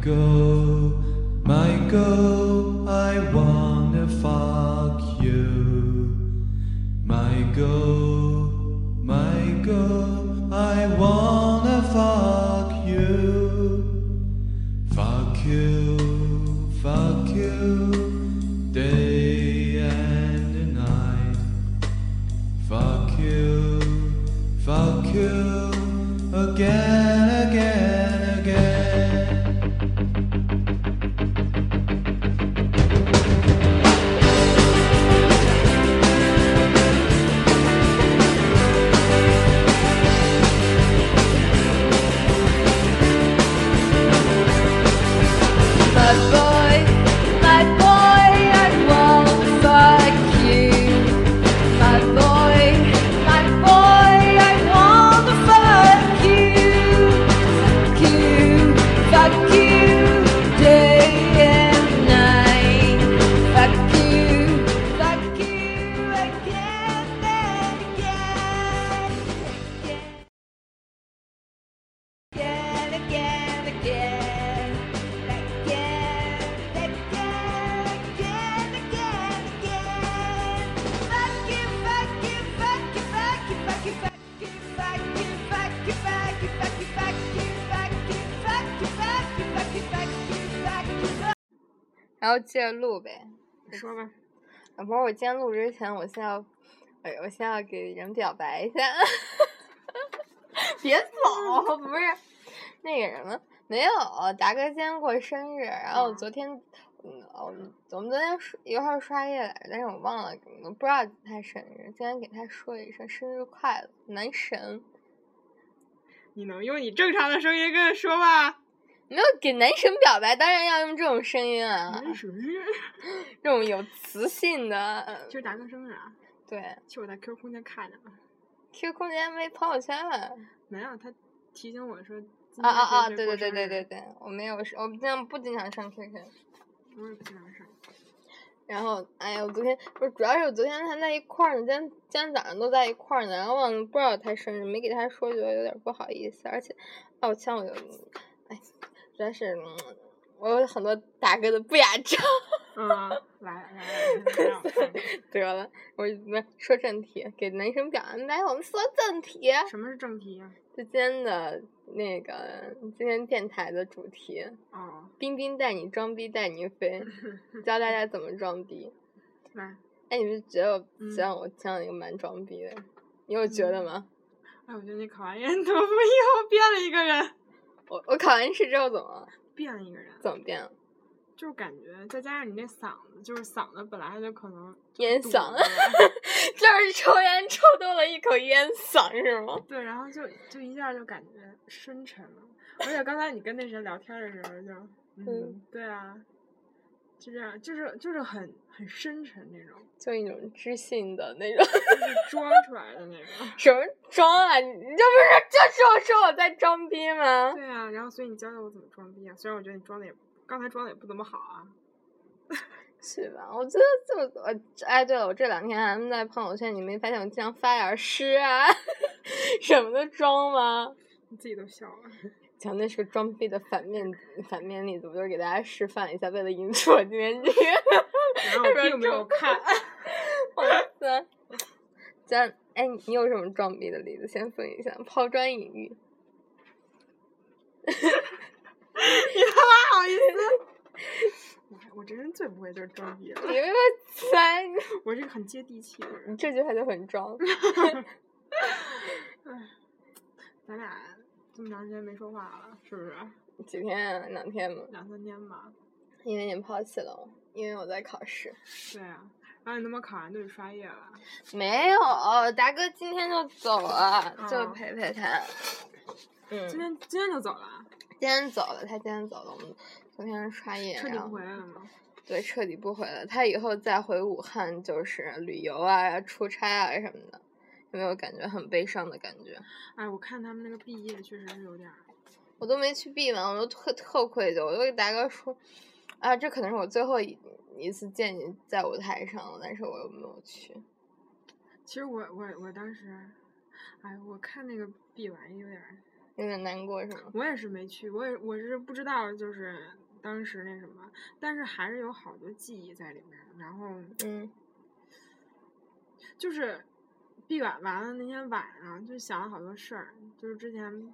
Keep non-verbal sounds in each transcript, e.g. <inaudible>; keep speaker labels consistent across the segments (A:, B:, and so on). A: go, my go, I wanna fuck you. My go, my go, I wanna fuck you. Fuck you, fuck you, day and night. Fuck you, fuck you, again, again, again.
B: 然后接着录呗。
C: 你说吧，
B: 啊，不是，我今天录之前，我先要，哎，我先要给人表白一下。别 <laughs> 走，不是那个什么，没有，达哥今天过生日，然后我
C: 嗯
B: 昨天，嗯，我们我们昨天是一块儿刷夜来着，但是我忘了，我不知道他生日，今天给他说一声生日快乐，男神。
C: 你能用你正常的声音跟他说吧？
B: 没有给男神表白，当然要用这种声音啊，
C: 没水，
B: 这种有磁性的，呃
C: 今儿达哥生日啊，
B: 对。
C: 其实我在 QQ 空间看见了，
B: Q 空间没朋友圈啊
C: 没有他提醒我说今
B: 啊
C: 天
B: 啊啊！
C: 谁
B: 对对
C: 谁
B: 对对
C: 嗯过生
B: 对
C: 日，
B: 对，我没有，我经常不经常上 QQ。
C: 我也不经常
B: <laughs>
C: 上。
B: 然后，哎呀，我昨天不是，主要是我昨天还在一块儿呢，今天今天早上都在一块儿呢，然后忘了不知道他生日，没给他说，觉得有点不好意思，而且，啊，我欠我有，哎，主要是、嗯我有很多大哥的不雅照。
C: 嗯，来来来，让我看看
B: <laughs> 得了，我那说正题，给男生表扬，来，我们说正题，
C: 什么是正题呀？
B: 就今天的那个今天电台的主题。
C: 哦，
B: 冰冰带你装逼带你飞，教大家怎么装逼。
C: 来，
B: 哎，你们觉得我
C: 嗯
B: 觉得我前两天蛮装逼的，你有觉得吗？
C: 哎，我觉得你考完研读以后变了一个人，
B: 我我考完试之后怎么了
C: 变了一个人，
B: 怎么变了？
C: 就是感觉再加上你那嗓子，就是嗓子本来就可能
B: 烟
C: 堵
B: 嗓
C: 着，了
B: <laughs> 就是抽烟抽多了一口烟嗓是吗？
C: 对，然后就就一下就感觉深沉了。而且刚才你跟那谁聊天的时候就，嗯
B: 嗯，
C: 对啊，就这样，就是就是很很深沉那种，
B: 就一种知性的那种 <laughs>
C: 就是装出来的那种。 <laughs>
B: 什么装啊？你这不是就是我说我在装逼吗？
C: 对啊，然后所以你教教我怎么装逼啊？虽然我觉得你装的也，刚才装的也不怎么好啊。
B: 是吧？我觉得就我哎，对了，我这两天还在朋友圈，你没发现我经常发点儿诗啊 <laughs> 什么的装吗？
C: 你自己都笑了， <laughs>
B: 讲那是个装逼的反面反面例子，我就是给大家示范一下，为了引出我今天这个，
C: 然后我并没有看。
B: 我的咱哎，你有什么装逼的例子？先分一下，抛砖引玉。 <laughs>
C: 不好意思， <laughs> 我我这人最不会就是装逼了，
B: 你们塞，
C: 我是个很接地气的人。
B: 你这句话就很装。
C: 咱俩这么长时间没说话了，是不是？
B: 几天、啊、两天嘛，
C: 两三天吧。
B: 因为你抛弃了我，因为我在考试。
C: 对啊，然后你他妈考完就得刷夜了。
B: 没有，达哥今天就走了，就
C: 哦
B: 陪陪他。嗯，
C: 今天今天就走了，啊
B: 今天走了，他今天走了，我们昨天刷夜，
C: 彻底
B: 然
C: 不
B: 后
C: 回来了吗？
B: 对，彻底不回了。他以后再回武汉就是旅游啊、出差啊什么的，有没有感觉很悲伤的感觉？
C: 哎，我看他们那个毕业确实是有点儿，
B: 我都没去闭门，我都特特愧疚，我都跟达哥说，啊，这可能是我最后一一次见你在舞台上了，但是我又没有去。
C: 其实我我我当时，哎，我看那个毕完有点儿
B: 有点难过是吗？
C: 我也是没去，我也我是不知道，就是当时那什么，但是还是有好多记忆在里面。然后
B: 嗯
C: 就是闭馆完了那天晚上，就想了好多事儿，就是之前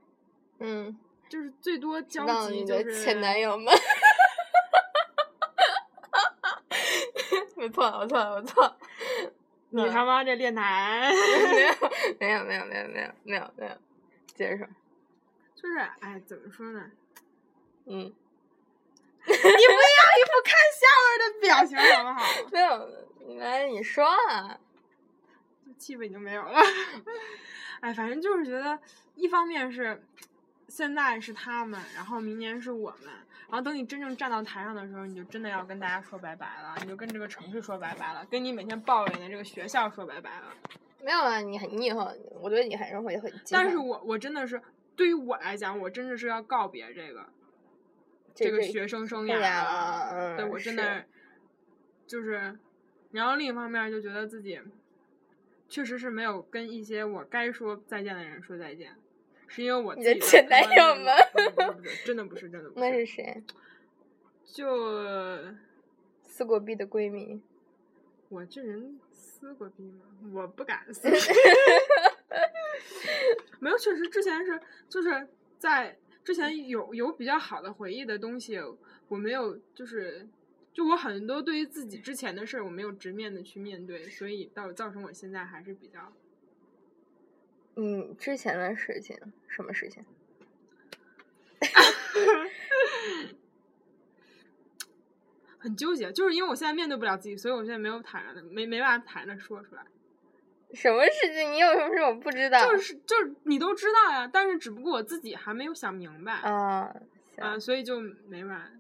B: 嗯，
C: 就是最多交
B: 让
C: 集
B: 你
C: 就
B: 的
C: 是
B: 前男友们。<laughs>
C: <laughs>
B: 我错了，我错了，我错了。嗯
C: 你他妈这电台， <laughs>
B: <laughs> 没有没有没有没有没有没有没有，接着说。
C: 就是哎，怎么说呢？
B: 嗯，
C: 你不要一副看笑话的表情好不好？
B: 没有，来你说啊。
C: 气氛已经没有了。 <laughs> 哎，反正就是觉得，一方面是现在是他们，然后明年是我们，然后等你真正站到台上的时候，你就真的要跟大家说拜拜了，你就跟这个城市说拜拜了，跟你每天抱怨的这个学校说拜拜了。
B: 没有啊，你很你以后，我觉得你还是会很精彩。
C: 但是我我真的是，对于我来讲，我真的是要告别这个
B: 这
C: 个学生生涯
B: 生涯
C: 了。
B: 了
C: 对
B: 嗯
C: 我真
B: 是
C: 的就是，然后另一方面就觉得自己确实是没有跟一些我该说再见的人说再见，是因为我
B: 你
C: 自
B: 的
C: 己
B: 前
C: 他
B: 男
C: 妈
B: 友
C: 的不是不是不是真的不是真的不
B: 那是
C: 是，
B: 谁？
C: 就
B: 四国碧的闺蜜。
C: 我这人撕过逼吗？我不敢撕。没有，确实之前是就是在之前有有比较好的回忆的东西，我没有就是就我很多对于自己之前的事儿我没有直面的去面对，所以到造成我现在还是比较
B: 嗯，之前的事情，什么事情？
C: 很纠结，就是因为我现在面对不了自己，所以我现在没有坦然的没没办法坦然的说出来。
B: 什么事情？你有什么事我不知道？
C: 就是就是你都知道呀，但是只不过我自己还没有想明白。
B: 啊，
C: 啊，
B: 行，
C: 所以就没玩，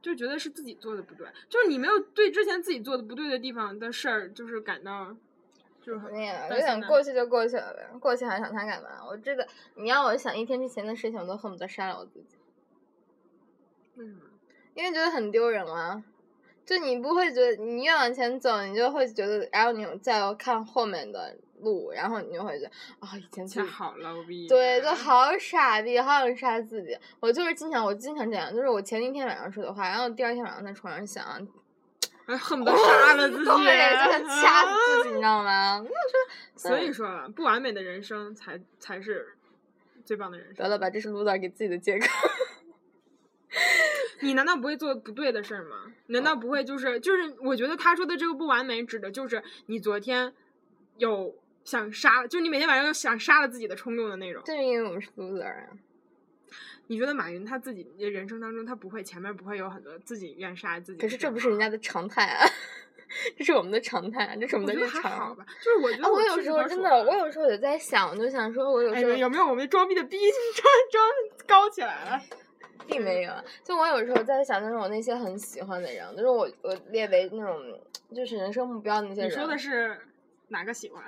C: 就觉得是自己做的不对，就是你没有对之前自己做的不对的地方的事儿，就是感到，就是很啊
B: 那个
C: 但
B: 有
C: 现
B: 点
C: 在
B: 过去就过去了呗，过去还想它干嘛？我真的，你让我想一天之前的事情，我都恨不得杀了我自己，
C: 为什么？
B: 因为觉得很丢人啊。就你不会觉得，你越往前走，你就会觉得，然后你再看后面的路，然后你就会觉得，啊、以前自
C: 切
B: 己
C: 好了逼，啊
B: 对，就，好傻逼，好想杀自己。我就是经常，我经常这样，就是我前一天晚上说的话，然后第二天晚上在床上想，
C: <laughs> 哎，恨不得杀了自
B: <laughs>
C: 己，啊
B: 对，就想掐
C: <laughs>
B: 死自己，你知道吗？那我说
C: 所以说啊，不完美的人生才才是最棒的人
B: 得
C: 生。
B: 了吧，这是 loser 给自己的借口。
C: 你难道不会做不对的事儿吗？难
B: 哦
C: 道不会就是就是？我觉得他说的这个不完美，指的就是你昨天有想杀，就是你每天晚上有想杀了自己的冲动的那种。
B: 正是因为我们是 loser 啊，
C: 你觉得马云他自己的人生当中，他不会前面不会有很多自己愿杀自己？
B: 可是这不是人，家的常态啊， <laughs> 这是我们的常态啊，这是我
C: 我
B: 们的
C: 觉得
B: 日
C: 还好
B: 常。
C: 吧。就是我觉得
B: 啊，我
C: 我
B: 有
C: 屈指
B: 时候
C: 可
B: 真
C: 数
B: 的，我有时候也在想，我就想说，我有
C: 哎
B: 时候、
C: 有没有我们装逼的逼装装高起来了？
B: 并没有，啊，就我有时候在想，那种那些很喜欢的人，就是我我列为那种就是人生目标的那些
C: 你
B: 人，
C: 说的是哪个喜欢？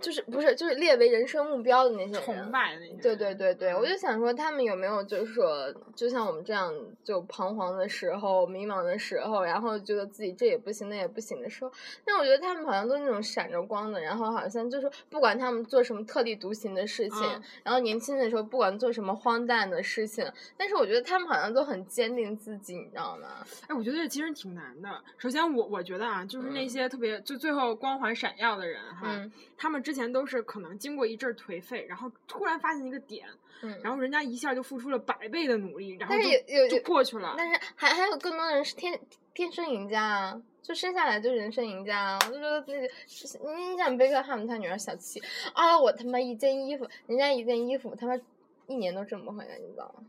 B: 就是不是就是列为人生目标的那些人，啊
C: 崇拜的那些？
B: 对对。对对，我就想说，他们有没有就是说，就像我们这样，就彷徨的时候、迷茫的时候，然后觉得自己这也不行、那也不行的时候，但我觉得他们好像都是那种闪着光的，然后好像就是不管他们做什么特立独行的事情，
C: 嗯
B: 然后年轻的时候不管做什么荒诞的事情，但是我觉得他们好像都很坚定自己，你知道吗？
C: 哎，我觉得这其实挺难的。首先我，我觉得啊，就是那些特别、就最后光环闪耀的人哈，
B: 嗯
C: 他们之前都是可能经过一阵儿颓废，然后突然发现一个点，
B: 嗯。
C: 然后人家一下就付出了百倍的努力，然后
B: 但是
C: 就
B: 有有
C: 就
B: 有
C: 过去了。
B: 但是还还有更多的人是天天生赢家啊，就生下来就是人生赢家啊！我就觉得自己是，你想贝克汉姆他女儿小七啊，我他妈一件衣服，人家一件衣服他妈一年都挣不回来，你知道吗？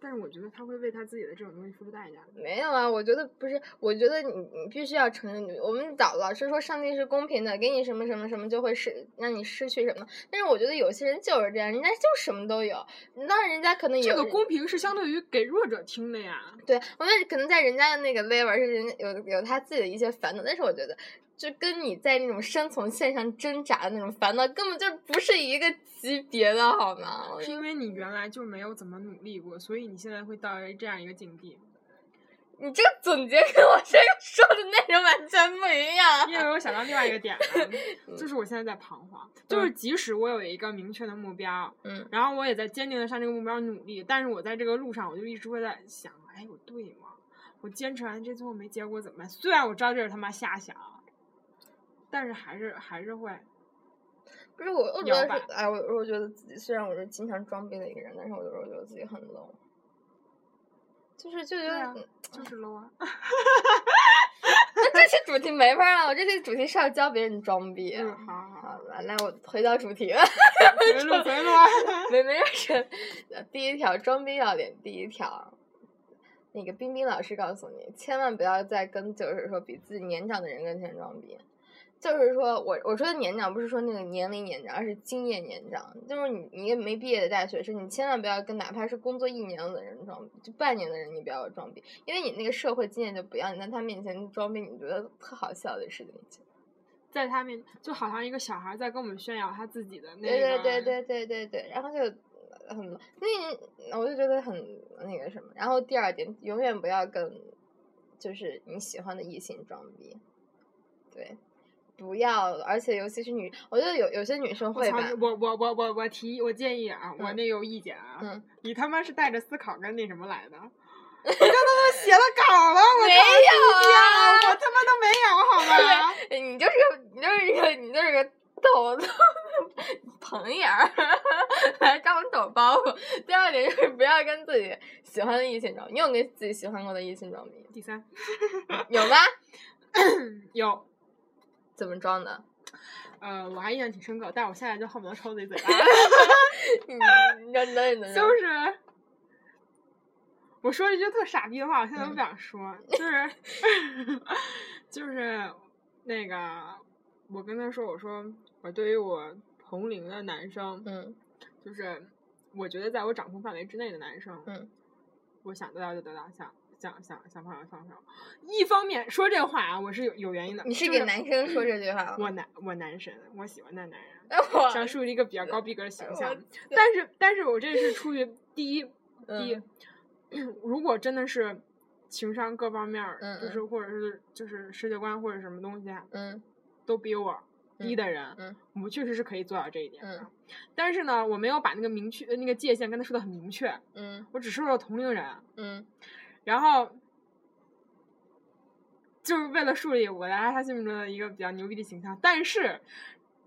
C: 但是我觉得他会为他自己的这种东西付出代价的。
B: 没有啊，我觉得不是，我觉得你你必须要承认，你我们老老是说上帝是公平的，给你什么什么什么就会失让你失去什么，但是我觉得有些人就是这样，人家就什么都有，当然人家可能有
C: 这个公平是相对于给弱者听的呀。
B: 对，我觉得可能在人家的那个 level 是人家有有他自己的一些烦恼，但是我觉得，就跟你在那种生存线上挣扎的那种烦恼，根本就不是一个级别的，好吗？我
C: 是因为你原来就没有怎么努力过，所以你现在会到这样一个境地。
B: 你这个总结跟我这个 <laughs> 说的内容完全不一样。
C: 因为我想到另外一个点 <laughs> 了，就是我现在在彷徨，就是即使我有一个明确的目标，
B: 嗯
C: 然后我也在坚定的向这个目标努力，但是我在这个路上，我就一直会在想，哎，我对吗？我坚持完这最后没结果怎么办？虽然我知道这是他妈瞎想，但是还是还是会，
B: 不是我，我觉
C: 摇
B: 得
C: 摆
B: 是，哎，我我觉得自己虽然我是经常装逼的一个人，但是我有时候觉得自己很 low，就是就觉
C: 对
B: 得，
C: 啊
B: 嗯
C: 就是 low 啊。
B: 那这期主题没法让我这期主题是要教别人装逼。啊
C: 嗯，好好好，
B: 好吧，那我回到主题吧，
C: <laughs> 随路随路啊。
B: <laughs> 没没事。呃第一条装逼要点，第一条，那个冰冰老师告诉你，千万不要再跟就是说比自己年长的人跟前装逼。就是说我我说的年长不是说那个年龄年长，而是经验年长。就是你你一个没毕业的大学生，你千万不要跟哪怕是工作一年的人装逼，就半年的人你不要装逼，因为你那个社会经验就不要，你在他面前装逼，你觉得特好笑的事情。
C: 在他面就好像一个小孩在跟我们炫耀他自己的那
B: 对
C: 个，
B: 对对对对对对，然后就很那，我就觉得很那个什么。然后第二点，永远不要跟就是你喜欢的异性装逼，对，不要，而且尤其是女，我觉得有有些女生
C: 我
B: 会
C: 操
B: 吧
C: 你，我我我我我提议，我建议啊，我
B: 嗯
C: 那有意见啊，
B: 嗯
C: 你他妈是带着思考跟那什么
B: <laughs>
C: 来的？我刚刚都写了稿了，我
B: 没
C: 他妈
B: 有
C: 第二
B: 啊
C: 我他妈都没有好
B: <laughs>
C: 吗？
B: 对，你就是个你就是个你就是个抖抖 <laughs> 朋友儿，来当抖包袱。第二点就是不要跟自己喜欢的异性装，你有跟自己喜欢过的异性装逼
C: 第三
B: 有吗？
C: 有，
B: 怎么装的？
C: 呃，我还印象挺深刻，但我现在就恨不得抽自
B: <laughs>
C: 己嘴巴，
B: <laughs> 你你能能能
C: 就是。我说了一句特傻逼的话，我现在都
B: 嗯
C: 不想说，就是 <laughs> 就是那个，我跟他说，我说我对于我同龄的男生，
B: 嗯
C: 就是我觉得在我掌控范围之内的男生，
B: 嗯，
C: 我想得到就得到，想想想想放手放手。一方面说这话啊，我是有有原因的。
B: 你是
C: 就
B: 给男生说这句话吗？
C: 我男我男神，我喜欢那男人，
B: 哎我
C: 想树立一个比较高逼格的形
B: 我
C: 象。但是，但是我这是出于第一，第
B: 嗯
C: 一，如果真的是情商各方面儿，
B: 嗯
C: 就
B: 嗯
C: 是或者是就是世界观或者什么东西啊，
B: <laughs> 嗯
C: 都比我低
B: 嗯
C: 的人，
B: 嗯
C: 我确实是可以做到这一点的。
B: 嗯
C: 但是呢，我没有把那个明确那个界限跟他说的很明确，
B: 嗯
C: 我只说了同龄人，
B: 嗯
C: 然后就是为了树立我在他心目中的一个比较牛逼的形象。但是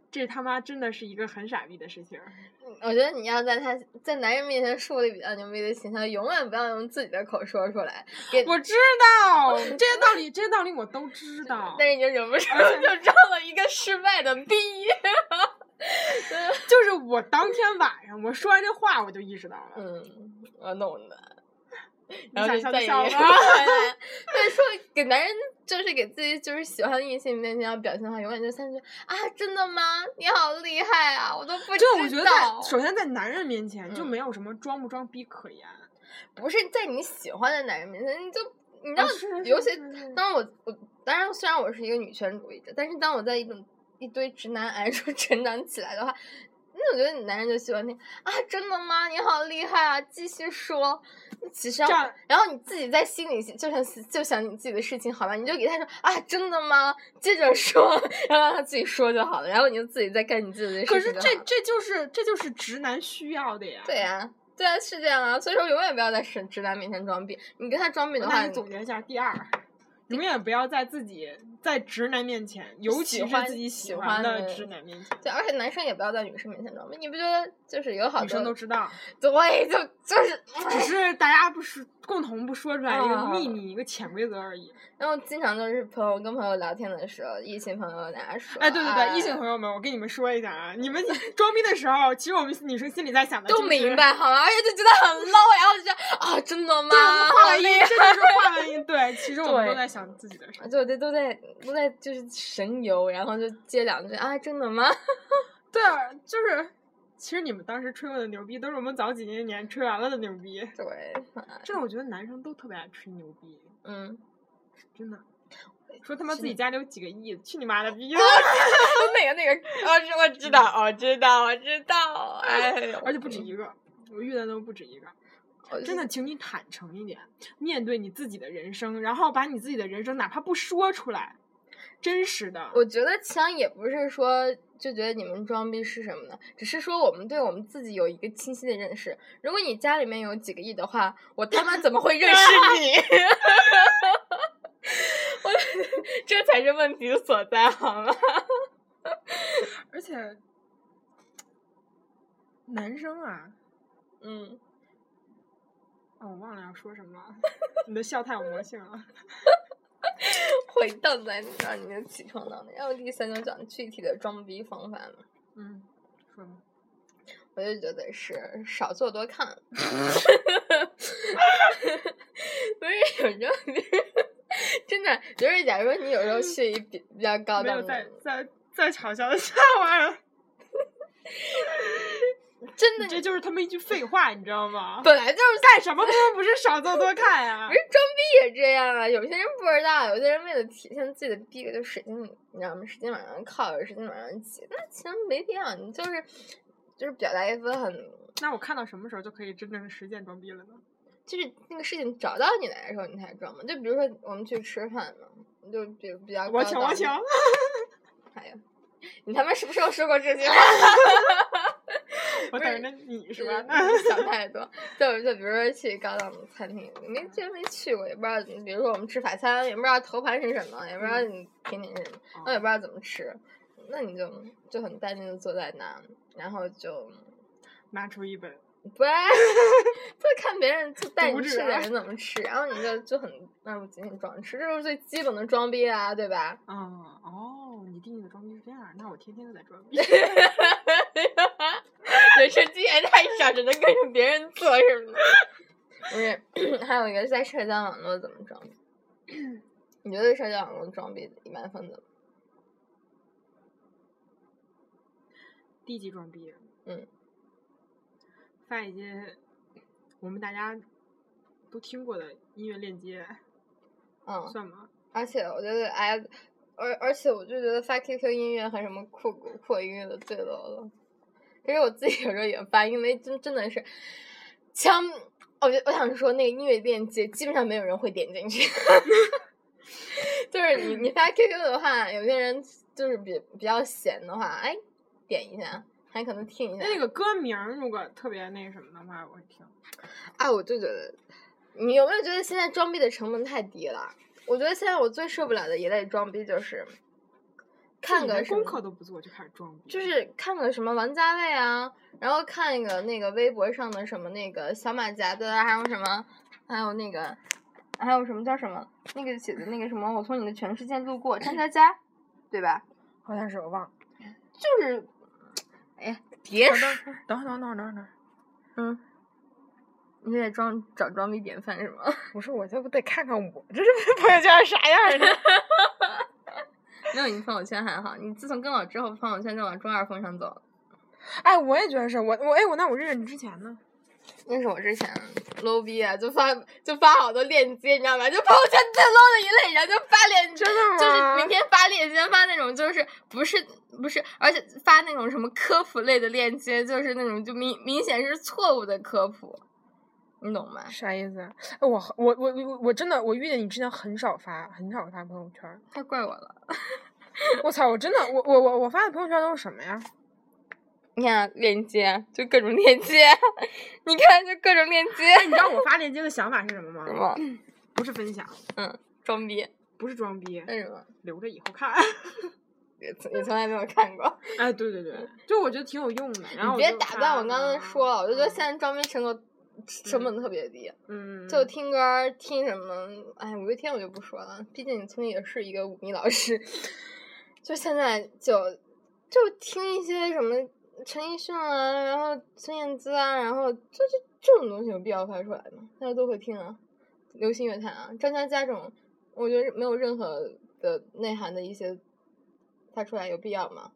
C: 这他妈真的是一个很傻逼的事情。
B: 嗯，我觉得你要在他在男人面前树立比较牛逼的形象，永远不要用自己的口说出来。给
C: 我知
B: <laughs>
C: 道这些道理，这些道理我都知道，
B: 但是你就忍不住
C: 而且
B: 就装了一个失败的逼。
C: 就是我当天晚上我说完这话，我就意识到了。
B: 嗯， <laughs> 我懂的。
C: 你
B: 然后
C: 想
B: 就
C: 笑
B: 再也
C: 就笑吧。
B: <laughs> 对，说给男人就是给自己就是喜欢的异性面前要表现的话，永远就三句啊，真的吗？你好厉害啊，我都不知
C: 就我觉得在，
B: 道。
C: 首先在男人面前就
B: 嗯
C: 没有什么装不装逼可言。
B: 不是在你喜欢的男人面前，你就你知道，
C: 啊是
B: 尤其
C: 是是是
B: 当我我当然虽然我是一个女权主义者，但是当我在一种一堆直男癌 <laughs> 中成长起来的话，那我觉得你男人就喜欢听啊，真的吗？你好厉害啊，继续说。其实
C: 这样，
B: 然后你自己在心里就想就想你自己的事情，好吧？你就给他说啊，真的吗？接着说， <laughs> 然后让他自己说就好了。然后你就自己再干你自己的
C: 可
B: 事
C: 是
B: 情就好了。
C: 这这就是这就是直男需要的呀。
B: 对呀、对啊，是这样啊，所以说永远不要在直直男面前装逼。你跟他装逼的
C: 那
B: 话，
C: 你总结一下，第二，永远不要在自己在直男面前，尤
B: 喜
C: 其是
B: 欢
C: 自己
B: 喜
C: 喜
B: 欢
C: 欢的
B: 的
C: 直男面前，
B: 对，而且男生也不要在女生面前装逼。你不觉得就是有好
C: 女生都
B: 多
C: 知道，
B: 对，就就是，
C: 只是大家不是共同不说出来一个
B: 啊
C: 秘密，一个潜规则而已。
B: 然后经常就是朋友跟朋友聊天的时候，异性朋友大家说，啊
C: 哎，对对对，异性
B: 友
C: 朋友们，我跟你们说一下啊，你们 <laughs> 装逼的时候，其实我们女生心里在想的
B: 哎都
C: 就是
B: 明。白好吗？而且就觉得
C: <laughs>
B: 很 low，然后就觉得啊，真的吗
C: 对，我们？画
B: 好
C: 了一，
B: 厉
C: 这就是画了一，对，其实我们都
B: 对
C: 在想自己的事
B: 害！。啊就对，都在都在就是神游，然后就接两句啊，真的吗？ <laughs>
C: 对啊，就是，其实你们当时吹过的牛逼，都是我们早几年年吹完了的牛逼。
B: 对，
C: 真的，我觉得男生都特别爱吹牛逼， <laughs>
B: 嗯，
C: 真的。说他妈
B: 是
C: 自己家里有几个亿，去你妈的 <laughs> 逼！
B: 那个那个，我
C: 啊
B: 哦知哦我知道，我知道，我知道，哎呦，
C: 而且不止一个，我遇到的都不止一个。
B: 我
C: 真的，请你坦诚一点，面对你自己的人生，然后把你自己的人生，哪怕不说出来，真实的，
B: 我觉得枪也不是说就觉得你们装逼是什么呢，只是说我们对我们自己有一个清晰的认识。如果你家里面有几个亿的话，我他妈怎么会认识你？ <laughs> 我这才是问题的所在，好吗？
C: 而且男生啊，
B: 嗯，
C: 哦，我忘了要说什么了，你的笑太有魔性了。
B: 回荡在你让你的起床当中。要第三种讲具体的装逼方法吗？
C: 嗯，说吧。
B: 我就觉得是少做多看，不是有时候真的就是，假如说你有时候去一比比较高
C: 嗯没有
B: 档
C: 再
B: 的，
C: 再再嘲笑一下我了，
B: 真的
C: 这就是他们一句废话，你知道吗？
B: 本来就是
C: 干什么他妈不是少做多看呀、
B: 不是装逼也这样啊，有些人不知道，有些人为了体现自己的逼格就使劲，你知道吗？使劲往上靠，使劲往上挤，那其实没必要，你就是就是表达一份很。
C: 那我看到什么时候就可以真正实践装逼了呢？
B: 就是那个事情找到你来的时候，你才装嘛。就比如说我们去吃饭嘛，就比比较
C: 我
B: 高
C: 请，我
B: 档
C: 请。
B: 哎呀，你他妈什么时候说过这句话？
C: <laughs> 我
B: 不是
C: 等着你是吧？那
B: 嗯想太多。就就比如说去高档的餐厅，没居然没去过，也不知道。比如说我们吃法餐，也不知道头盘是什么，也不知道你甜点是什么，那也不知道怎么吃，那你就就很淡定的坐在那，然后就
C: 拿出一本，
B: 不爱 <laughs> 就看别人就带
C: 独
B: 你
C: 立
B: 吃的
C: 啊
B: 人怎么吃，然后你就就很那不仅仅装吃，这就是最基本的装逼啊，对吧？
C: 嗯，哦，你定义的装逼是这样，那我天天都在装 <laughs> 逼。
B: <laughs> 人生经验太少，只能跟着别人做，是吗？不是， <coughs> 还有一个在社交网络怎么装？ <coughs> 你觉得社交网络装逼一般分怎么？
C: 低级装逼，
B: 嗯，
C: 发一些我们大家都听过的音乐链接，
B: 嗯，
C: 算吗？
B: 而且我觉得，哎，而而且我就觉得发 QQ 音乐和什么酷狗酷音乐的最多了。其实我自己有时候也发，因为真真的是，枪，我觉得我想说那个音乐链接基本上没有人会点进去。 <laughs> 就是你你发 QQ 的话，有些人就是比比较闲的话，哎，点一下，还可能听一下。
C: 那个歌名儿如果特别那什么的话，我会听。
B: 啊，我就觉得，你有没有觉得现在装逼的成本太低了？我觉得现在我最受不了的一类装逼就是，看
C: 自己连
B: 个什
C: 功
B: 么，
C: 课都不做就开始装逼，
B: 就是看个什么王家卫啊，然后看一个那个微博上的什么那个小马甲的啊，还有什么，还有那个，还有什么叫什么那个写的那个什么，我从你的全世界路过，张嘉佳，对吧？
C: 好像是我忘了。
B: 就是，哎呀，别
C: 等
B: 说，
C: 等会儿等会儿等会儿等会儿等会儿，
B: 嗯，你在装找装逼典范是吗？
C: <laughs> 不是我这不得看看我这是朋友圈啥样 <laughs> 儿的？
B: 没有，你朋友圈还好。你自从跟我之后，朋友圈就往中二风上走了。
C: 哎，我也觉得是我我哎我那我认识你之前呢，
B: 那是我之前 low 逼啊，就发就发好多链接，你知道吗？就朋友圈最 low 的一类人，就发链接，
C: 真的
B: 就是
C: 吗？
B: 每天发链接，发那种就是不是不是，而且发那种什么科普类的链接，就是那种就明明显是错误的科普，你懂吗？
C: 啥意思？哎，我我我我我真的我遇见你之前很少发很少发朋友圈儿， <laughs>
B: 太怪我了。
C: 我操！我真的，我我我我发的朋友圈都是什么呀？ <laughs>
B: 你看链接，就各种链接，你看就各种链接，
C: 你知道我发链接的想法是什么
B: 什么
C: 吗？不是分享，
B: 装逼？
C: 不是装逼，
B: 那什么？
C: 留着以后看。 <laughs>
B: 你从你从来没有看过。
C: 哎，对对对，就我觉得挺有用的。然后
B: 你
C: 我
B: 别
C: 就
B: 打
C: 发
B: 断我
C: 了
B: 刚才说了，我就觉得
C: 嗯
B: 现在装逼成本成本特别低，
C: 嗯，
B: 就听歌儿听什么，哎，五月天我就不说了，毕竟你从前也是一个舞迷老师， <laughs> 就现在就就听一些什么陈奕迅啊，然后孙燕姿啊，然后就是这种东西有必要发出来吗？大家都会听啊，流行乐坛啊，张嘉佳这种，我觉得没有任何的内涵的一些发出来有必要吗？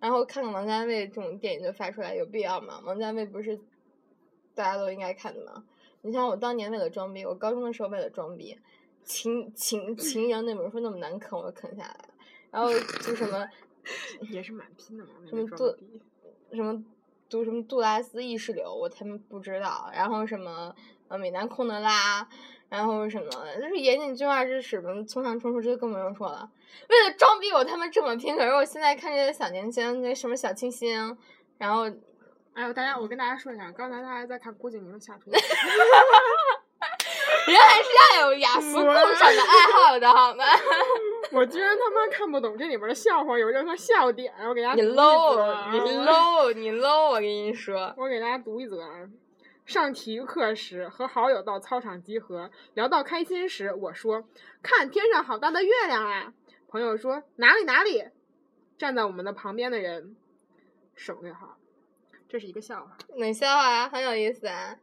B: 然后看看王家卫这种电影就发出来有必要吗？王家卫不是大家都应该看的吗？你像我当年为了装逼，我高中的时候为了装逼，秦秦秦阳那本书那么难啃，我啃下来了。然后就什么
C: 也是蛮拼的嘛，那
B: 什么
C: 个装
B: 做
C: 逼。
B: 什么读什么杜拉斯意识流，我他妈不知道。然后什么呃美南空德拉，然后什么啊就是岩井俊二之始嘛，村上春树这就更不用说了。为了装逼我他妈这么拼，可是我现在看这些小年轻，那什么小清新，然后
C: 哎呦，大家，我跟大家说一下，刚才大家在看郭敬明的下图， <laughs>
B: 人还是要有雅俗共赏的爱好的，好吗？
C: 我居然他妈看不懂这里边的笑话有任何笑点，我给大家
B: 你
C: 读一则
B: low，
C: 啊 <laughs>
B: 你 low，你 low，我跟你说，
C: 我给大家读一则啊。上体育课时，和好友到操场集合，聊到开心时，我说：“看天上好大的月亮啊！”朋友说：“哪里哪里？”站在我们的旁边的人，省略号，这是一个笑话。
B: 冷笑话啊，很有意思啊。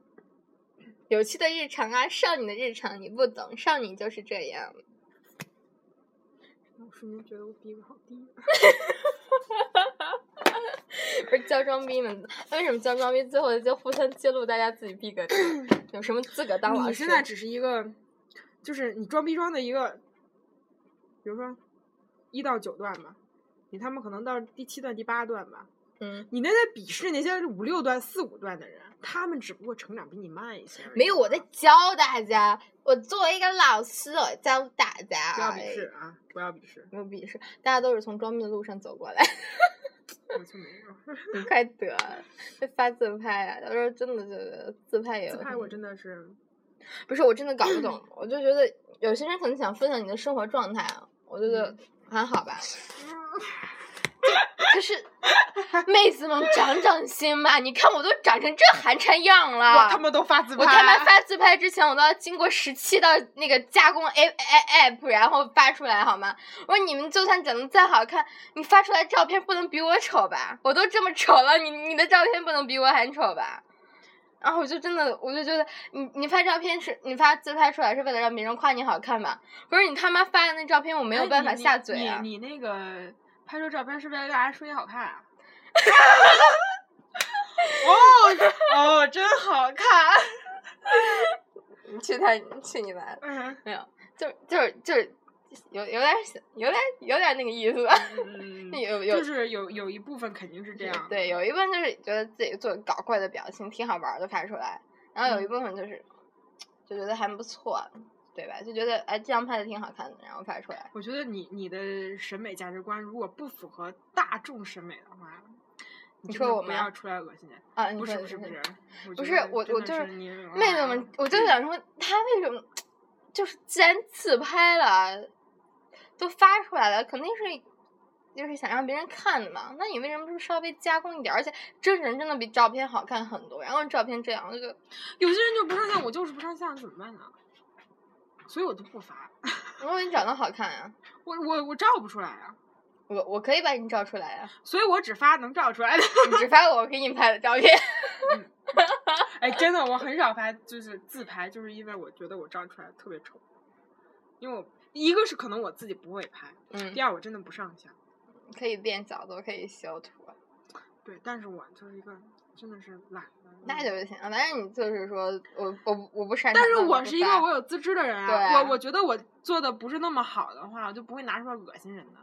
B: 有趣的日常啊，少女的日常你不懂，少女就是这样。
C: 我瞬间觉得我鼻子好低。啊
B: 不是教装逼吗？为什么教装逼最后就互相揭露大家自己逼格低？有什么资格当老
C: 你
B: 师？
C: 现在只是一个，就是你装逼装的一个，比如说一到九段吧，你他们可能到第七段、第八段吧，
B: 嗯，
C: 你那在鄙视那些五六段、四五段的人，他们只不过成长比你慢一些而已。
B: 没有我在教大家，我作为一个老师，我教大家。哎
C: 不要鄙视，啊！不要鄙视，
B: 没有鄙视，大家都是从装逼的路上走过来。 <laughs>
C: 我就没有。 <laughs>
B: 你快得，这发自拍啊！有时候真的就是自拍也有
C: 自
B: 什
C: 拍
B: 么
C: 我真的是，
B: 不是，我真的搞不
C: 嗯
B: 懂，我就觉得有些人可能想分享你的生活状态啊，我觉
C: 嗯
B: 得还好
C: <laughs>
B: 吧。可是 <laughs> 妹子们长长心吧，你看我都长成这寒碜样了，
C: 我他妈都发自拍，
B: 啊我他妈发自拍之前，我都要经过十七道那个加工 A A app，然后发出来好吗？我说你们就算长得再好看，你发出来照片不能比我丑吧？我都这么丑了，你你的照片不能比我还丑吧？然后我就真的，我就觉得你你发照片是你发自拍出来是为了让别人夸你好看吧？可是你他妈发的那照片我没有
C: 哎
B: 办
C: 你
B: 法
C: 你
B: 下嘴啊！
C: 你你那个拍摄照片是为了大家说你好看啊？ <laughs> 哦哦，真好看。
B: 你去他，你去你妈的！
C: 嗯
B: 没有，就是就是就是有有点想有点有点那个意
C: <laughs>
B: 思吧。
C: 嗯，嗯
B: 有有
C: 就是有有一部分肯定是这样。，
B: 对，有一部分就是觉得自己做搞怪的表情挺好玩儿的拍出来，然后有
C: 嗯
B: 一部分就是、就觉得还不错，对吧？就觉得哎这样拍的挺好看的，然后拍出来。
C: 我觉得你你的审美价值观如果不符合大众审美的话，
B: 你
C: 真
B: 说
C: 的
B: 我
C: 不
B: 吗
C: 要出来恶心人。
B: 啊，你
C: 不是
B: 说
C: 不是不是，
B: 不
C: 觉
B: 是
C: 得
B: 我
C: 真
B: 我
C: 的
B: 就是是
C: 你啊有
B: 妹子
C: 点
B: 们，我就想说他为什么就是既然自拍了，都发出来了，肯定是。就是想让别人看的嘛，那你为什么不稍微加工一点儿？而且真人真的比照片好看很多。然后照片这样，我就觉得
C: 有些人就不上相，我就是不上相，怎么办呢？所以我就不发，
B: 如果你长得好看啊，
C: 我我我照不出来啊，
B: 我我可以把你照出来啊，
C: 所以我只发能照出来的。 <laughs>
B: 你只发我给你拍的照片。
C: 哎，真的，我很少拍，就是自拍，就是因为我觉得我照出来特别丑，因为我一个是可能我自己不会拍，
B: 嗯
C: 第，二我真的不上相。
B: 可以变角度，可以修图，
C: 对，但是我就是一个真的是懒的人，
B: 那就不行。反正你就是说我我不我不擅长，
C: 嗯但是
B: 那
C: 我
B: 不
C: 是一个
B: 发
C: 我有自知的人啊，
B: 对啊
C: 我我觉得我做的不是那么好的话，我就不会拿出来恶心人的，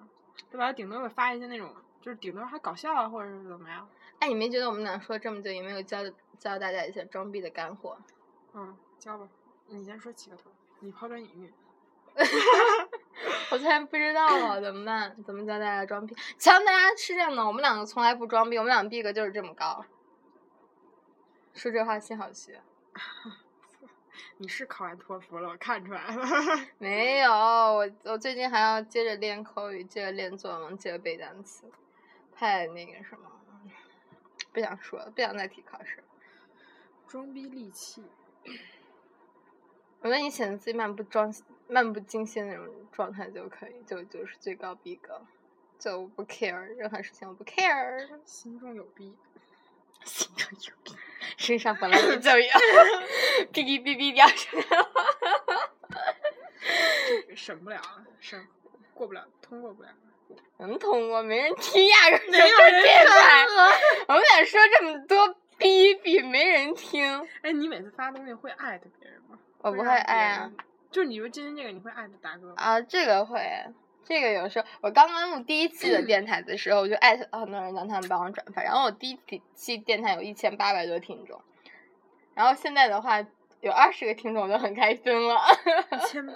C: 对吧？顶多会发一些那种，就是顶多还搞笑啊，或者是怎么样。
B: 哎，你没觉得我们俩说这么久也没有教教大家一些装逼的干货？ <laughs>
C: 嗯，教吧，你先说起个头，你抛砖引玉。
B: 我突然不知道了，怎么办？怎么教大家装逼？其实大家是这样的，我们两个从来不装逼，我们俩逼格就是这么高。说这话心好虚，啊
C: 你是考完托福了，我看出来了。 <laughs>
B: 没有我我最近还要接着练口语，接着练作文，接着背单词，太那个什么了，不想说了，不想再提考试了。
C: 装逼利器，
B: 我觉得你显得自己漫不装漫不经心那种状态就可以，就就是最高逼格，就我不 care 任何事情，我不 care，
C: 心中有逼。 <laughs>
B: 心中有逼，身上本来也就有， <laughs> 哔哔哔哔掉出来了。
C: 审不了啊，审过不了，通过不了。
B: 能通过没人听呀？
C: 没有人
B: 电台
C: 看啊。
B: 我们俩说这么多逼逼没人听，
C: 哎，你每次发东西会艾特别人吗？
B: 我不会
C: 让别
B: 爱啊
C: 人。就是你说今天这个，你会艾特达哥吗？
B: 啊啊，这个会，这个有时候我刚刚录第一期的电台的时候，我就艾特了很多人让他们帮我转发，然后我第一期电台有一千八百多听众，然后现在的话有二十个听众，我就很开心了。
C: 一千八，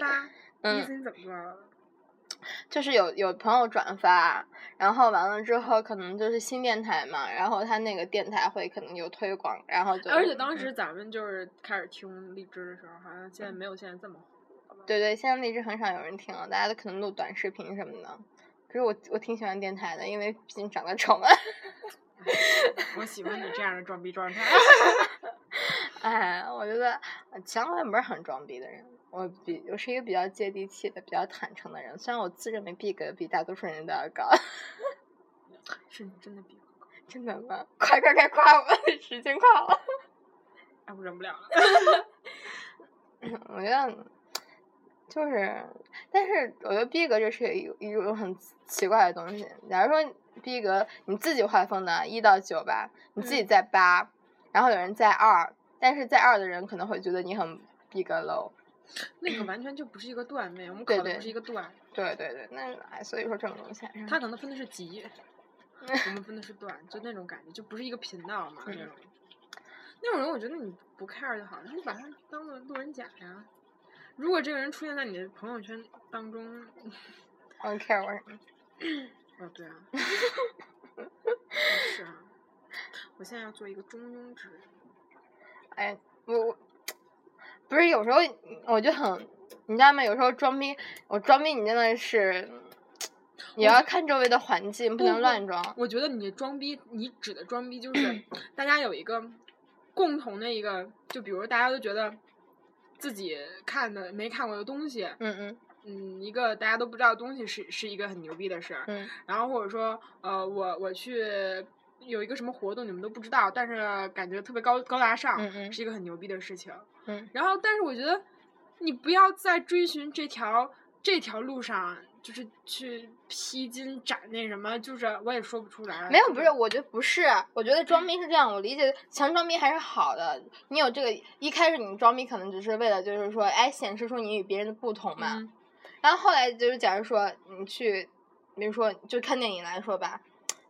C: 第一
B: 嗯，
C: 次你怎么啊做到的？
B: <laughs> 就是有有朋友转发，然后完了之后可能就是新电台嘛，然后他那个电台会可能有推广，然后就
C: 而且当
B: 嗯
C: 时咱们就是开始听荔枝的时候，好像现在没有现在这么火。
B: 嗯
C: <laughs>
B: 对对，现在荔枝很少有人听了，大家都可能录短视频什么的。可是我我挺喜欢电台的，因为毕竟长得丑嘛。
C: 我喜欢你这样的装
B: <laughs>
C: 逼状态。
B: 哎，我觉得呃强我也不是很装逼的人，我比我是一个比较接地气的、比较坦诚的人。虽然我自认为逼格比大多数人都要高， <laughs>
C: 是你真的逼格高，
B: 真的吗？快快快夸我， <laughs> 时间快了。
C: 哎，我忍不了了。
B: <laughs> 我觉得就是，但是我觉得逼格这是一一种很奇怪的东西。假如说逼格你自己划分的，一到九吧，你自己
C: 嗯
B: 在八、然后有人在二，但是在二的人可能会觉得你很逼格 low。
C: 那个完全就不是一个段位，我们
B: 对
C: 考的
B: 对嗯
C: 不是一个段，
B: 对对对，那哎，所以说这种东西还是
C: 他可能分的是级，
B: <laughs>
C: 我们分的是段，就那种感觉，就不是一个频道嘛那
B: 嗯
C: 种。那种人，我觉得你不 care 就好了，你把他当做路人甲呀。如果这个人出现在你的朋友圈当中，
B: I don't care 我什么。<laughs>
C: 哦，对啊，是啊，我现在要做一个中庸之人。
B: 哎，我我不是有时候我就很，你知道吗？有时候装逼，我装逼你真的是。也
C: 我
B: 要看周围的环境，不
C: 不
B: 能
C: 不
B: 乱装。
C: 我觉得你装逼，你指的
B: <clears throat>
C: 装逼就是大家有一个共同的一个，就比如大家都觉得自己看的没看过的东西，
B: 嗯嗯
C: 嗯，一个大家都不知道的东西是是一个很牛逼的事儿。
B: 嗯，
C: 然后或者说，呃，我我去有一个什么活动，你们都不知道，但是感觉特别高高大上，
B: 嗯嗯
C: 是一个很牛逼的事情。
B: 嗯
C: 然后，但是我觉得你不要在追寻这条这条路上，就是去披荆斩那什么，就是我也说不出来。
B: 没有，
C: 就
B: 不是，我觉得不是，我觉得装逼是这样，我理解强装逼还是好的。你有这个，一开始你装逼可能只是为了就是说，哎，显示出你与别人的不同嘛。
C: 嗯
B: 然后后来就是，假如说你去，比如说就看电影来说吧，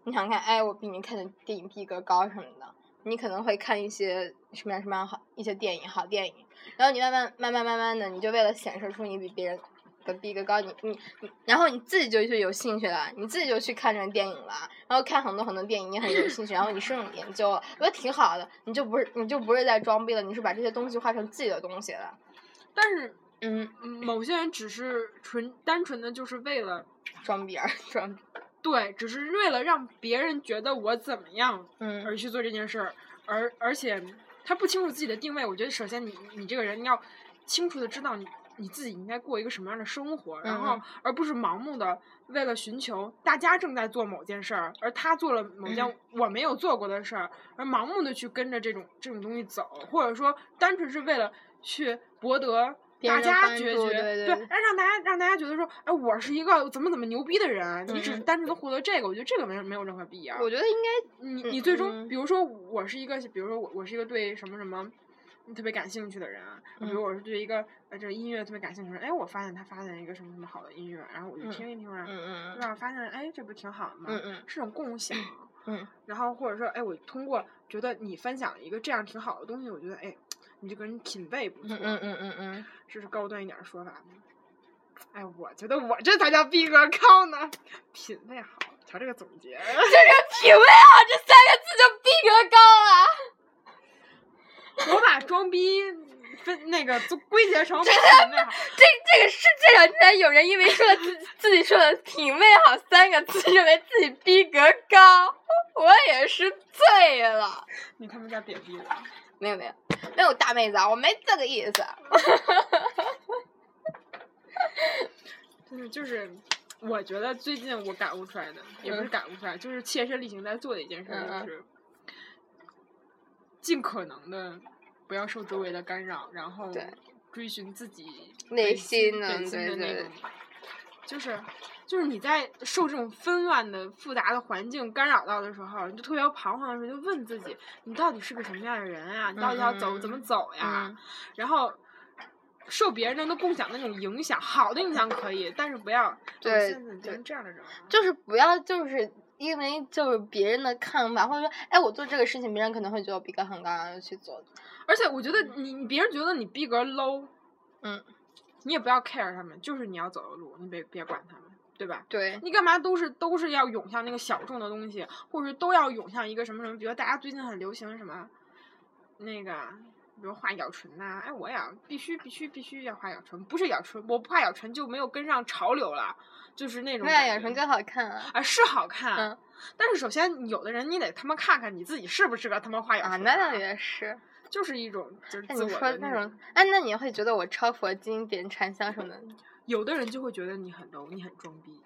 B: 你想看，哎，我比你看的电影逼格高什么的，你可能会看一些什么样什么样好一些电影好电影，然后你慢慢慢慢慢慢的，你就为了显示出你比别人的逼格高，你你你，然后你自己就去有兴趣了，你自己就去看这个电影了，然后看很多很多电影，你很有兴趣，然后你深入研究了，我觉得挺好的，你就不是你就不是在装逼了，你是把这些东西化成自己的东西了，
C: 但是
B: 嗯，
C: 嗯某些人只是纯单纯的就是为了
B: 装逼而装逼，
C: 对，只是为了让别人觉得我怎么样
B: 嗯。
C: 而去做这件事儿，而而且他不清楚自己的定位。我觉得首先你你这个人要清楚的知道你你自己应该过一个什么样的生活，然后
B: 嗯
C: 而不是盲目的为了寻求大家正在做某件事儿，而他做了某
B: 嗯
C: 件我没有做过的事儿，而盲目的去跟着这种这种东西走，或者说单纯是为了去博得。
B: 别
C: 大
B: 人的
C: 家
B: 关
C: 觉
B: 注
C: 觉
B: 对对对
C: 让让大家让大家觉得说，哎，我是一个怎么怎么牛逼的人，你只
B: 嗯
C: 是
B: 嗯
C: 单纯的获得这个，我觉得这个没有没有任何必要。
B: 我觉得应该
C: 你
B: 嗯
C: 你最终，
B: 嗯
C: 比如说我是一个，比如说我我是一个对什么什么特别感兴趣的人啊，比
B: 嗯
C: 如我是对一个呃这个音乐特别感兴趣的人，哎，我发现他发现一个什么什么好的音乐，然后我就
B: 嗯
C: 听一听啊，
B: 嗯
C: 对吧？发现哎这不挺好的吗？
B: 嗯嗯
C: 是种共享。
B: 嗯
C: 然后或者说，哎，我通过觉得你分享了一个这样挺好的东西，我觉得哎，你这个人品味不错，
B: 嗯嗯嗯嗯，
C: 这是高端一点儿说法吗？哎，我觉得我这才叫逼格高呢，品味好，瞧这个总结。
B: 品味好啊这三个字就逼格高了。
C: 我把装逼分那个就归结成品味好，
B: 这这个世界上竟然有人因为说了自己 <laughs> 自己说的“品味好”三个字，认为自己逼格高，我也是醉了。
C: 你他妈在贬低我。
B: 没有没有没有大妹子啊，我没这个意思。
C: 真的就是，我觉得最近我感悟出来的，也不是
B: 嗯
C: 感悟出来，就是切身例行在做的一件事儿，
B: 嗯嗯
C: 就是尽可能的不要受周围的干扰，然后
B: 对
C: 追寻自己
B: 内
C: 本
B: 心呢
C: 本心
B: 对
C: 的
B: 对
C: 那种，就是。就是你在受这种纷乱的、复杂的环境干扰到的时候，你就特别彷徨的时候，就问自嗯己：你到底是个什么样的人啊？你到底要走、
B: 嗯
C: 怎么走呀？
B: 嗯
C: 然后受别人的共享那种影响，好的影响可以，但是不要哦
B: 对
C: 现在已
B: 对
C: 经这样的人了，
B: 就是不要就是因为就是别人的看法，或者说，哎，我做这个事情，别人可能会觉得我逼格很高，然后去做。
C: 而且我觉得你你别人觉得你逼格 low，
B: 嗯，
C: 你也不要 care 他们，就是你要走的路，你别别管他们，对吧？
B: 对，
C: 你干嘛都是都是要涌向那个小众的东西，或者是都要涌向一个什么什么？比如大家最近很流行什么，那个比如画咬唇呐、哎，我也要必须必须必须要画咬唇，不是咬唇，我不画咬唇就没有跟上潮流了，就是那种
B: 那
C: 感
B: 眼
C: 觉
B: 神最好看啊！
C: 啊是好看，
B: 嗯
C: 但是首先有的人你得他妈看看你自己是不是个他妈画咬
B: 啊，
C: 唇
B: 那
C: 的
B: 倒也是。
C: 就是一种就是
B: 那
C: 自
B: 你
C: 我
B: 说
C: 的
B: 那
C: 种
B: 种，哎，那你会觉得我超佛经典、禅香什么的？
C: 有的人就会觉得你很 low，你很装逼，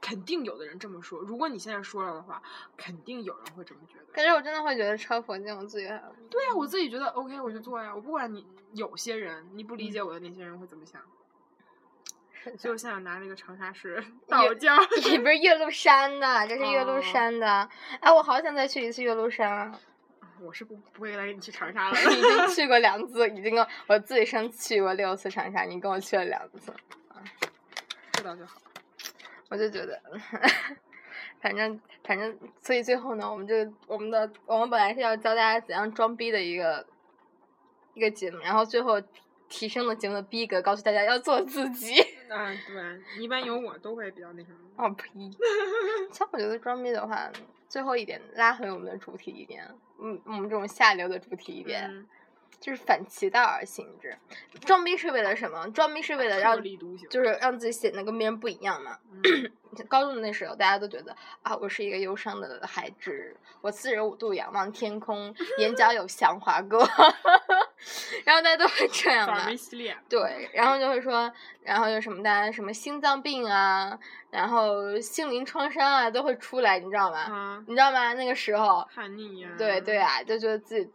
C: 肯定有的人这么说。如果你现在说了的话，肯定有人会这么觉得。
B: 可是我真的会觉得超佛经，我自己 <laughs> 还
C: 对呀、啊我自己觉得 OK，我就做呀。我不管你有些人，你不理解我的那些人会怎么想。
B: 嗯是
C: 所以我现在拿了一个长沙市道教， <laughs>
B: 你不是岳麓山的，这是岳麓
C: 哦
B: 山的。哎，我好想再去一次岳麓山
C: <laughs>
B: 啊！
C: 我是不不会来你去长沙了。
B: <laughs> 已经去过两次，已经跟我我自己生去过六次长沙，你跟我去了两次，
C: 知道就好。
B: 我就觉得， <laughs> 反正反正，所以最后呢，我们这个我们的我们本来是要教大家怎样装逼的一个一个节目，然后最后提升了节目的逼格，告诉大家要做自己。
C: 嗯，对，一般有我都会比较那什么。
B: 哦呸！ <laughs> 像我觉得装逼的话，最后一点拉回我们的主题一点，嗯，我们这种下流的主题一点，
C: 嗯，
B: 就是反其道而行之。装逼是为了什么？装逼是为了
C: 特
B: 让
C: 立独行。
B: 就是让自己显得跟别人不一样嘛。
C: 嗯
B: 高中的那时候，大家都觉得啊，我是一个忧伤的孩子，我四十五度仰望天空，眼角有祥华过， <laughs> 然后大家都会这样
C: 反
B: 嘛
C: 而。系列。
B: 对，然后就会说，然后有什么大家什么心脏病啊，然后心灵创伤啊，都会出来，你知道吗？
C: 啊，
B: 你知道吗？那个时候，
C: 叛逆呀。
B: 对对。啊，就觉得自己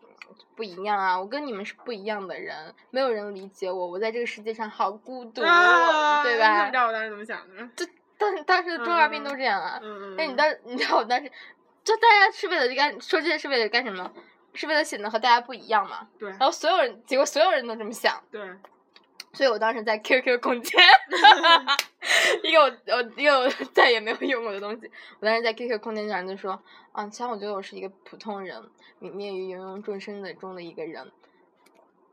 B: 不一样啊，我跟你们是不一样的人，没有人理解我，我在这个世界上好孤独，
C: 啊，
B: 对
C: 你怎么
B: 吧
C: 知？道我当时怎么想的？
B: 当当时的中二病都
C: 嗯
B: 这样啊。
C: 嗯
B: 那你当，你知道我当时，就大家是为了干说这些是为了干什么？是为了显得和大家不一样嘛？
C: 对
B: 然后所有人，结果所有人都这么想，
C: 对，
B: 所以我当时在 QQ 空间，一个我我一个我再也没有用过的东西，我当时在 QQ 空间上就说，啊，其实我觉得我是一个普通人，泯灭于芸芸众生的中的一个人。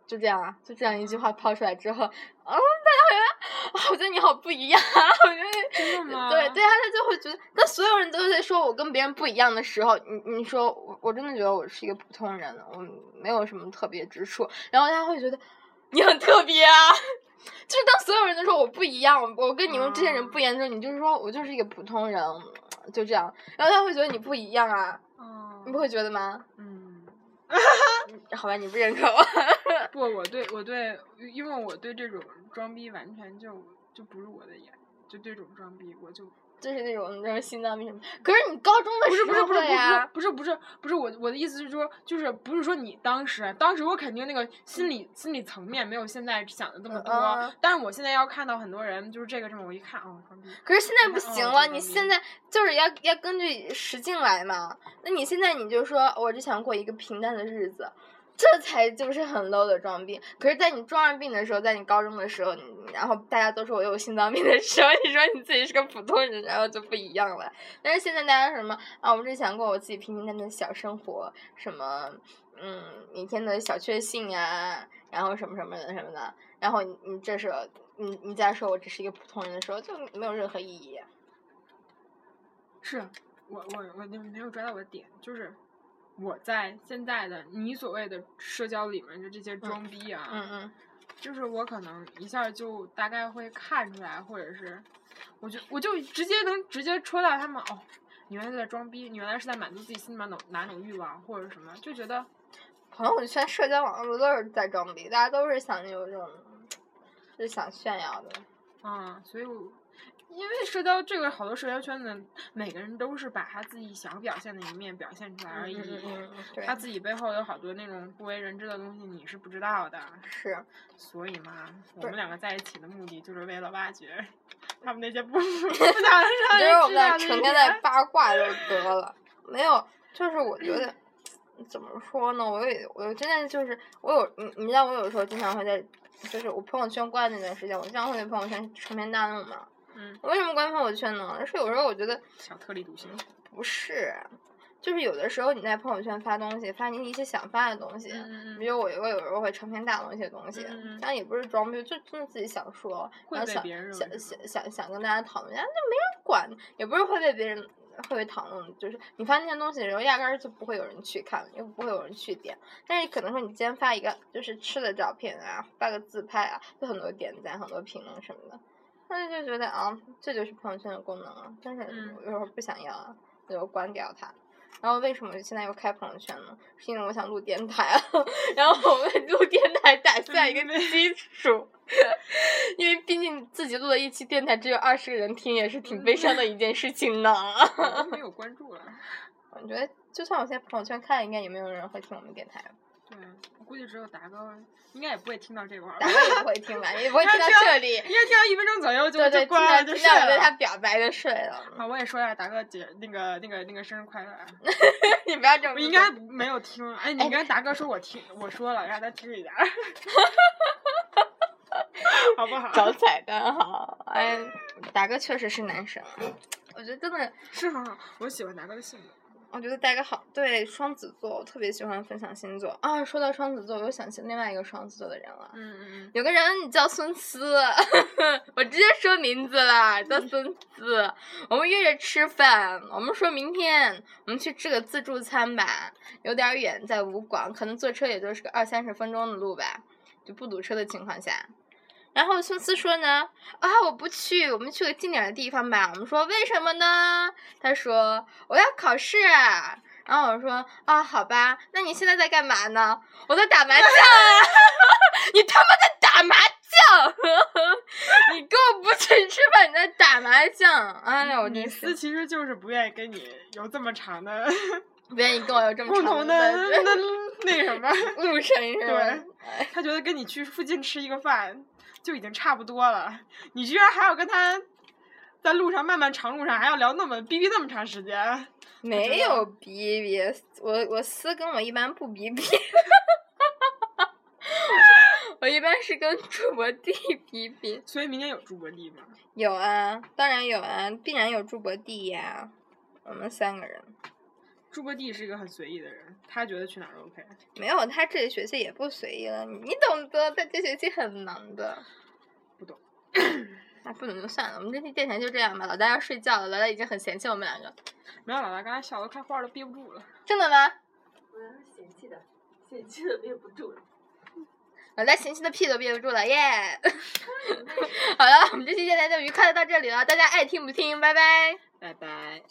B: 就这样啊，就这样一句话抛出来之后，嗯，大家会觉得，啊，我觉得你好不一样啊，我觉得
C: 真的吗？
B: 对对，啊，他就会觉得，当所有人都在说我跟别人不一样的时候，你你说我我真的觉得我是一个普通人，我没有什么特别之处，然后他会觉得你很特别啊。 <laughs> 就是当所有人都说我不一样，我我跟你们这些人不一样的时候，你就是说我就是一个普通人，就这样，然后他会觉得你不一样啊，
C: 哦
B: 你不会觉得吗？
C: 嗯，
B: 好吧，你不认可我， <laughs>
C: 不，我对我对，因为我对这种装逼完全就就不是我的眼，就这种装逼我就
B: 就是那种那种心脏病什么。可是你高中的
C: 不是
B: 时
C: 不是
B: 候
C: 不是不
B: 会呀、
C: 是不是不是不是我我的意思是说，就是不是说你当时，当时我肯定那个心理心理层面没有现在想的这么
B: 嗯
C: 多，但是我现在要看到很多人就是这个这么，我一看哦装逼，
B: 可是现在不
C: 嗯
B: 行
C: 嗯
B: 了，
C: 对
B: 你
C: 对
B: 现在就是要要根据实境来嘛。那你现在你就说，我只想过一个平淡的日子，这才就是很 low 的装逼。可是，在你装二病的时候，在你高中的时候，你然后大家都说我有心脏病的时候，你说你自己是个普通人，然后就不一样了。但是现在大家什么啊，我只想过我自己平平淡淡的小生活，什么嗯，每天的小确幸呀，然后什么什么的什么的。然后你你这时候你你再说我只是一个普通人的时候，就没有任何意义。
C: 是我我我就没有抓到我的点，就是我在现在的你所谓的社交里面的这些装逼啊，
B: 嗯嗯，
C: 就是我可能一下就大概会看出来，或者是我就我就直接能直接戳到他们哦，你原来是在装逼，你原来是在满足自己心里面哪哪种欲望或者什么，就觉得
B: 朋友圈、社交网络都是在装逼，大家都是想有这种，就是想炫耀的。
C: 啊、所以我。因为社交这个好多社交圈子，每个人都是把他自己想表现的一面表现出来而已。
B: 嗯，对
C: 他，自己背后有好多那种不为人知的东西，你是不知道的。
B: 是
C: 所以嘛，我
B: 对
C: 们两个在一起的目的就是为了挖掘 <laughs> 他们那些不
B: <laughs>
C: 不想
B: 就是
C: 让
B: 我们
C: 人知道
B: 俩
C: 的一
B: 成天在
C: 面。
B: 八卦就得了，没有，就是我觉得怎么说呢？我有我真的就是我有你你知道我有时候经常会在就是我朋友圈关那段时间，我经常会在朋友圈成篇大论嘛。
C: 嗯，
B: 我为什么关朋友圈呢？是有时候我觉得
C: 小特立独行。
B: 不是，就是有的时候你在朋友圈发东西，发你一些想发的东西，
C: 嗯
B: 比如我我有时候会成篇大论一些东西
C: 嗯嗯嗯，
B: 但也不是装逼，就真的自己想说，
C: 会
B: 然后
C: 被
B: 想
C: 别人认为
B: 想
C: 是
B: 想想想跟大家讨论，但就哎没人管，也不是会被别人会被讨论，就是你发那些东西的时候，压根儿就不会有人去看，又不会有人去点。但是可能说你今天发一个就是吃的照片啊，发个自拍啊，就很多点赞、很多评论什么的，那就觉得啊，这就是朋友圈的功能啊，但是
C: 嗯
B: 我有时候不想要啊，就关掉它。然后为什么现在又开朋友圈呢？是因为我想录电台了， <laughs> 然后我为录电台打下一个基础， <laughs> 因为毕竟自己录了一期电台只有二十个人听，也是挺悲伤的一件事情呢。 <laughs>
C: 我都没有关注了。
B: 我觉得就算我现在朋友圈看，应该也没有人会听我们电台吧，
C: 对，我估计只有达哥，应该也不会听到这块儿吧
B: 大。家也不会听吧，也不会听到这里。
C: 应该听到一分钟左右就
B: 对对，
C: 就
B: 听
C: 关
B: 到
C: 了，
B: 听
C: 就睡
B: 到我对他
C: 了。
B: 表白就睡了。
C: 啊，我也说一下达哥姐那个那个那个生日快乐啊！
B: <laughs> 嗯你不要这么
C: 我
B: 说，
C: 应该没有听，哎，
B: 哎
C: 你跟达哥说我听，我说了，让他听一下， <laughs> 好不好？
B: 找彩蛋哈。哎，达哥确实是男神啊，我觉得真的。
C: 是很好，我喜欢达哥的性格。
B: 我觉得带个好对双子座，我特别喜欢分享星座啊。说到双子座，我又想起另外一个双子座的人了。
C: 嗯嗯
B: 有个人，你叫孙思， <laughs> 我直接说名字啦，叫孙思。我们约着吃饭，我们说明天我们去吃个自助餐吧，有点远，在武广，可能坐车也就是个二三十分钟的路吧，就不堵车的情况下。然后孙思说呢，啊，我不去，我们去个近点的地方吧。我们说为什么呢？他说我要考试啊、然后我说啊，好吧，那你现在在干嘛呢？我在打麻将啊！ <laughs> 你他妈在打麻 <laughs> 将！你跟我不去吃饭，你在打麻将！哎呀，我
C: 嗯，
B: 真
C: 李
B: 是
C: 斯其实就是不愿意跟你有这么长的
B: 不愿意跟我有这么
C: <laughs> 共同
B: 长
C: 的
B: 的
C: 那那什么，
B: <laughs> 路程是吧？
C: 他觉得跟你去附近吃一个饭就已经差不多了，你居然还要跟他在路上漫漫长路上还要聊那么逼逼那么长时间，
B: 没有逼逼，我我私跟我一般不逼逼， <laughs> 我一般是跟主播弟逼逼。
C: 所以明年有主播地吗？
B: 有啊，当然有啊，必然有主播弟呀、我们三个人。
C: 朱伯地是一个很随意的人，他觉得去哪儿都 OK。
B: 没有，他这学期也不随意了，你懂得，他这学期很忙的。
C: 不懂。
B: 那不懂就算了，我们这期电台就这样吧。老大要睡觉了，老大已经很嫌弃我们两个。
C: 没有老大刚才笑的快花儿都憋不住了。
B: 真的吗？
D: 我要是嫌弃的，嫌弃的憋不住了。
B: 老大啊嫌弃的屁都憋不住了，耶！
D: <laughs>
B: 好了，我们这期电台就愉快的到这里了，大家爱听不听，拜拜。
C: 拜拜。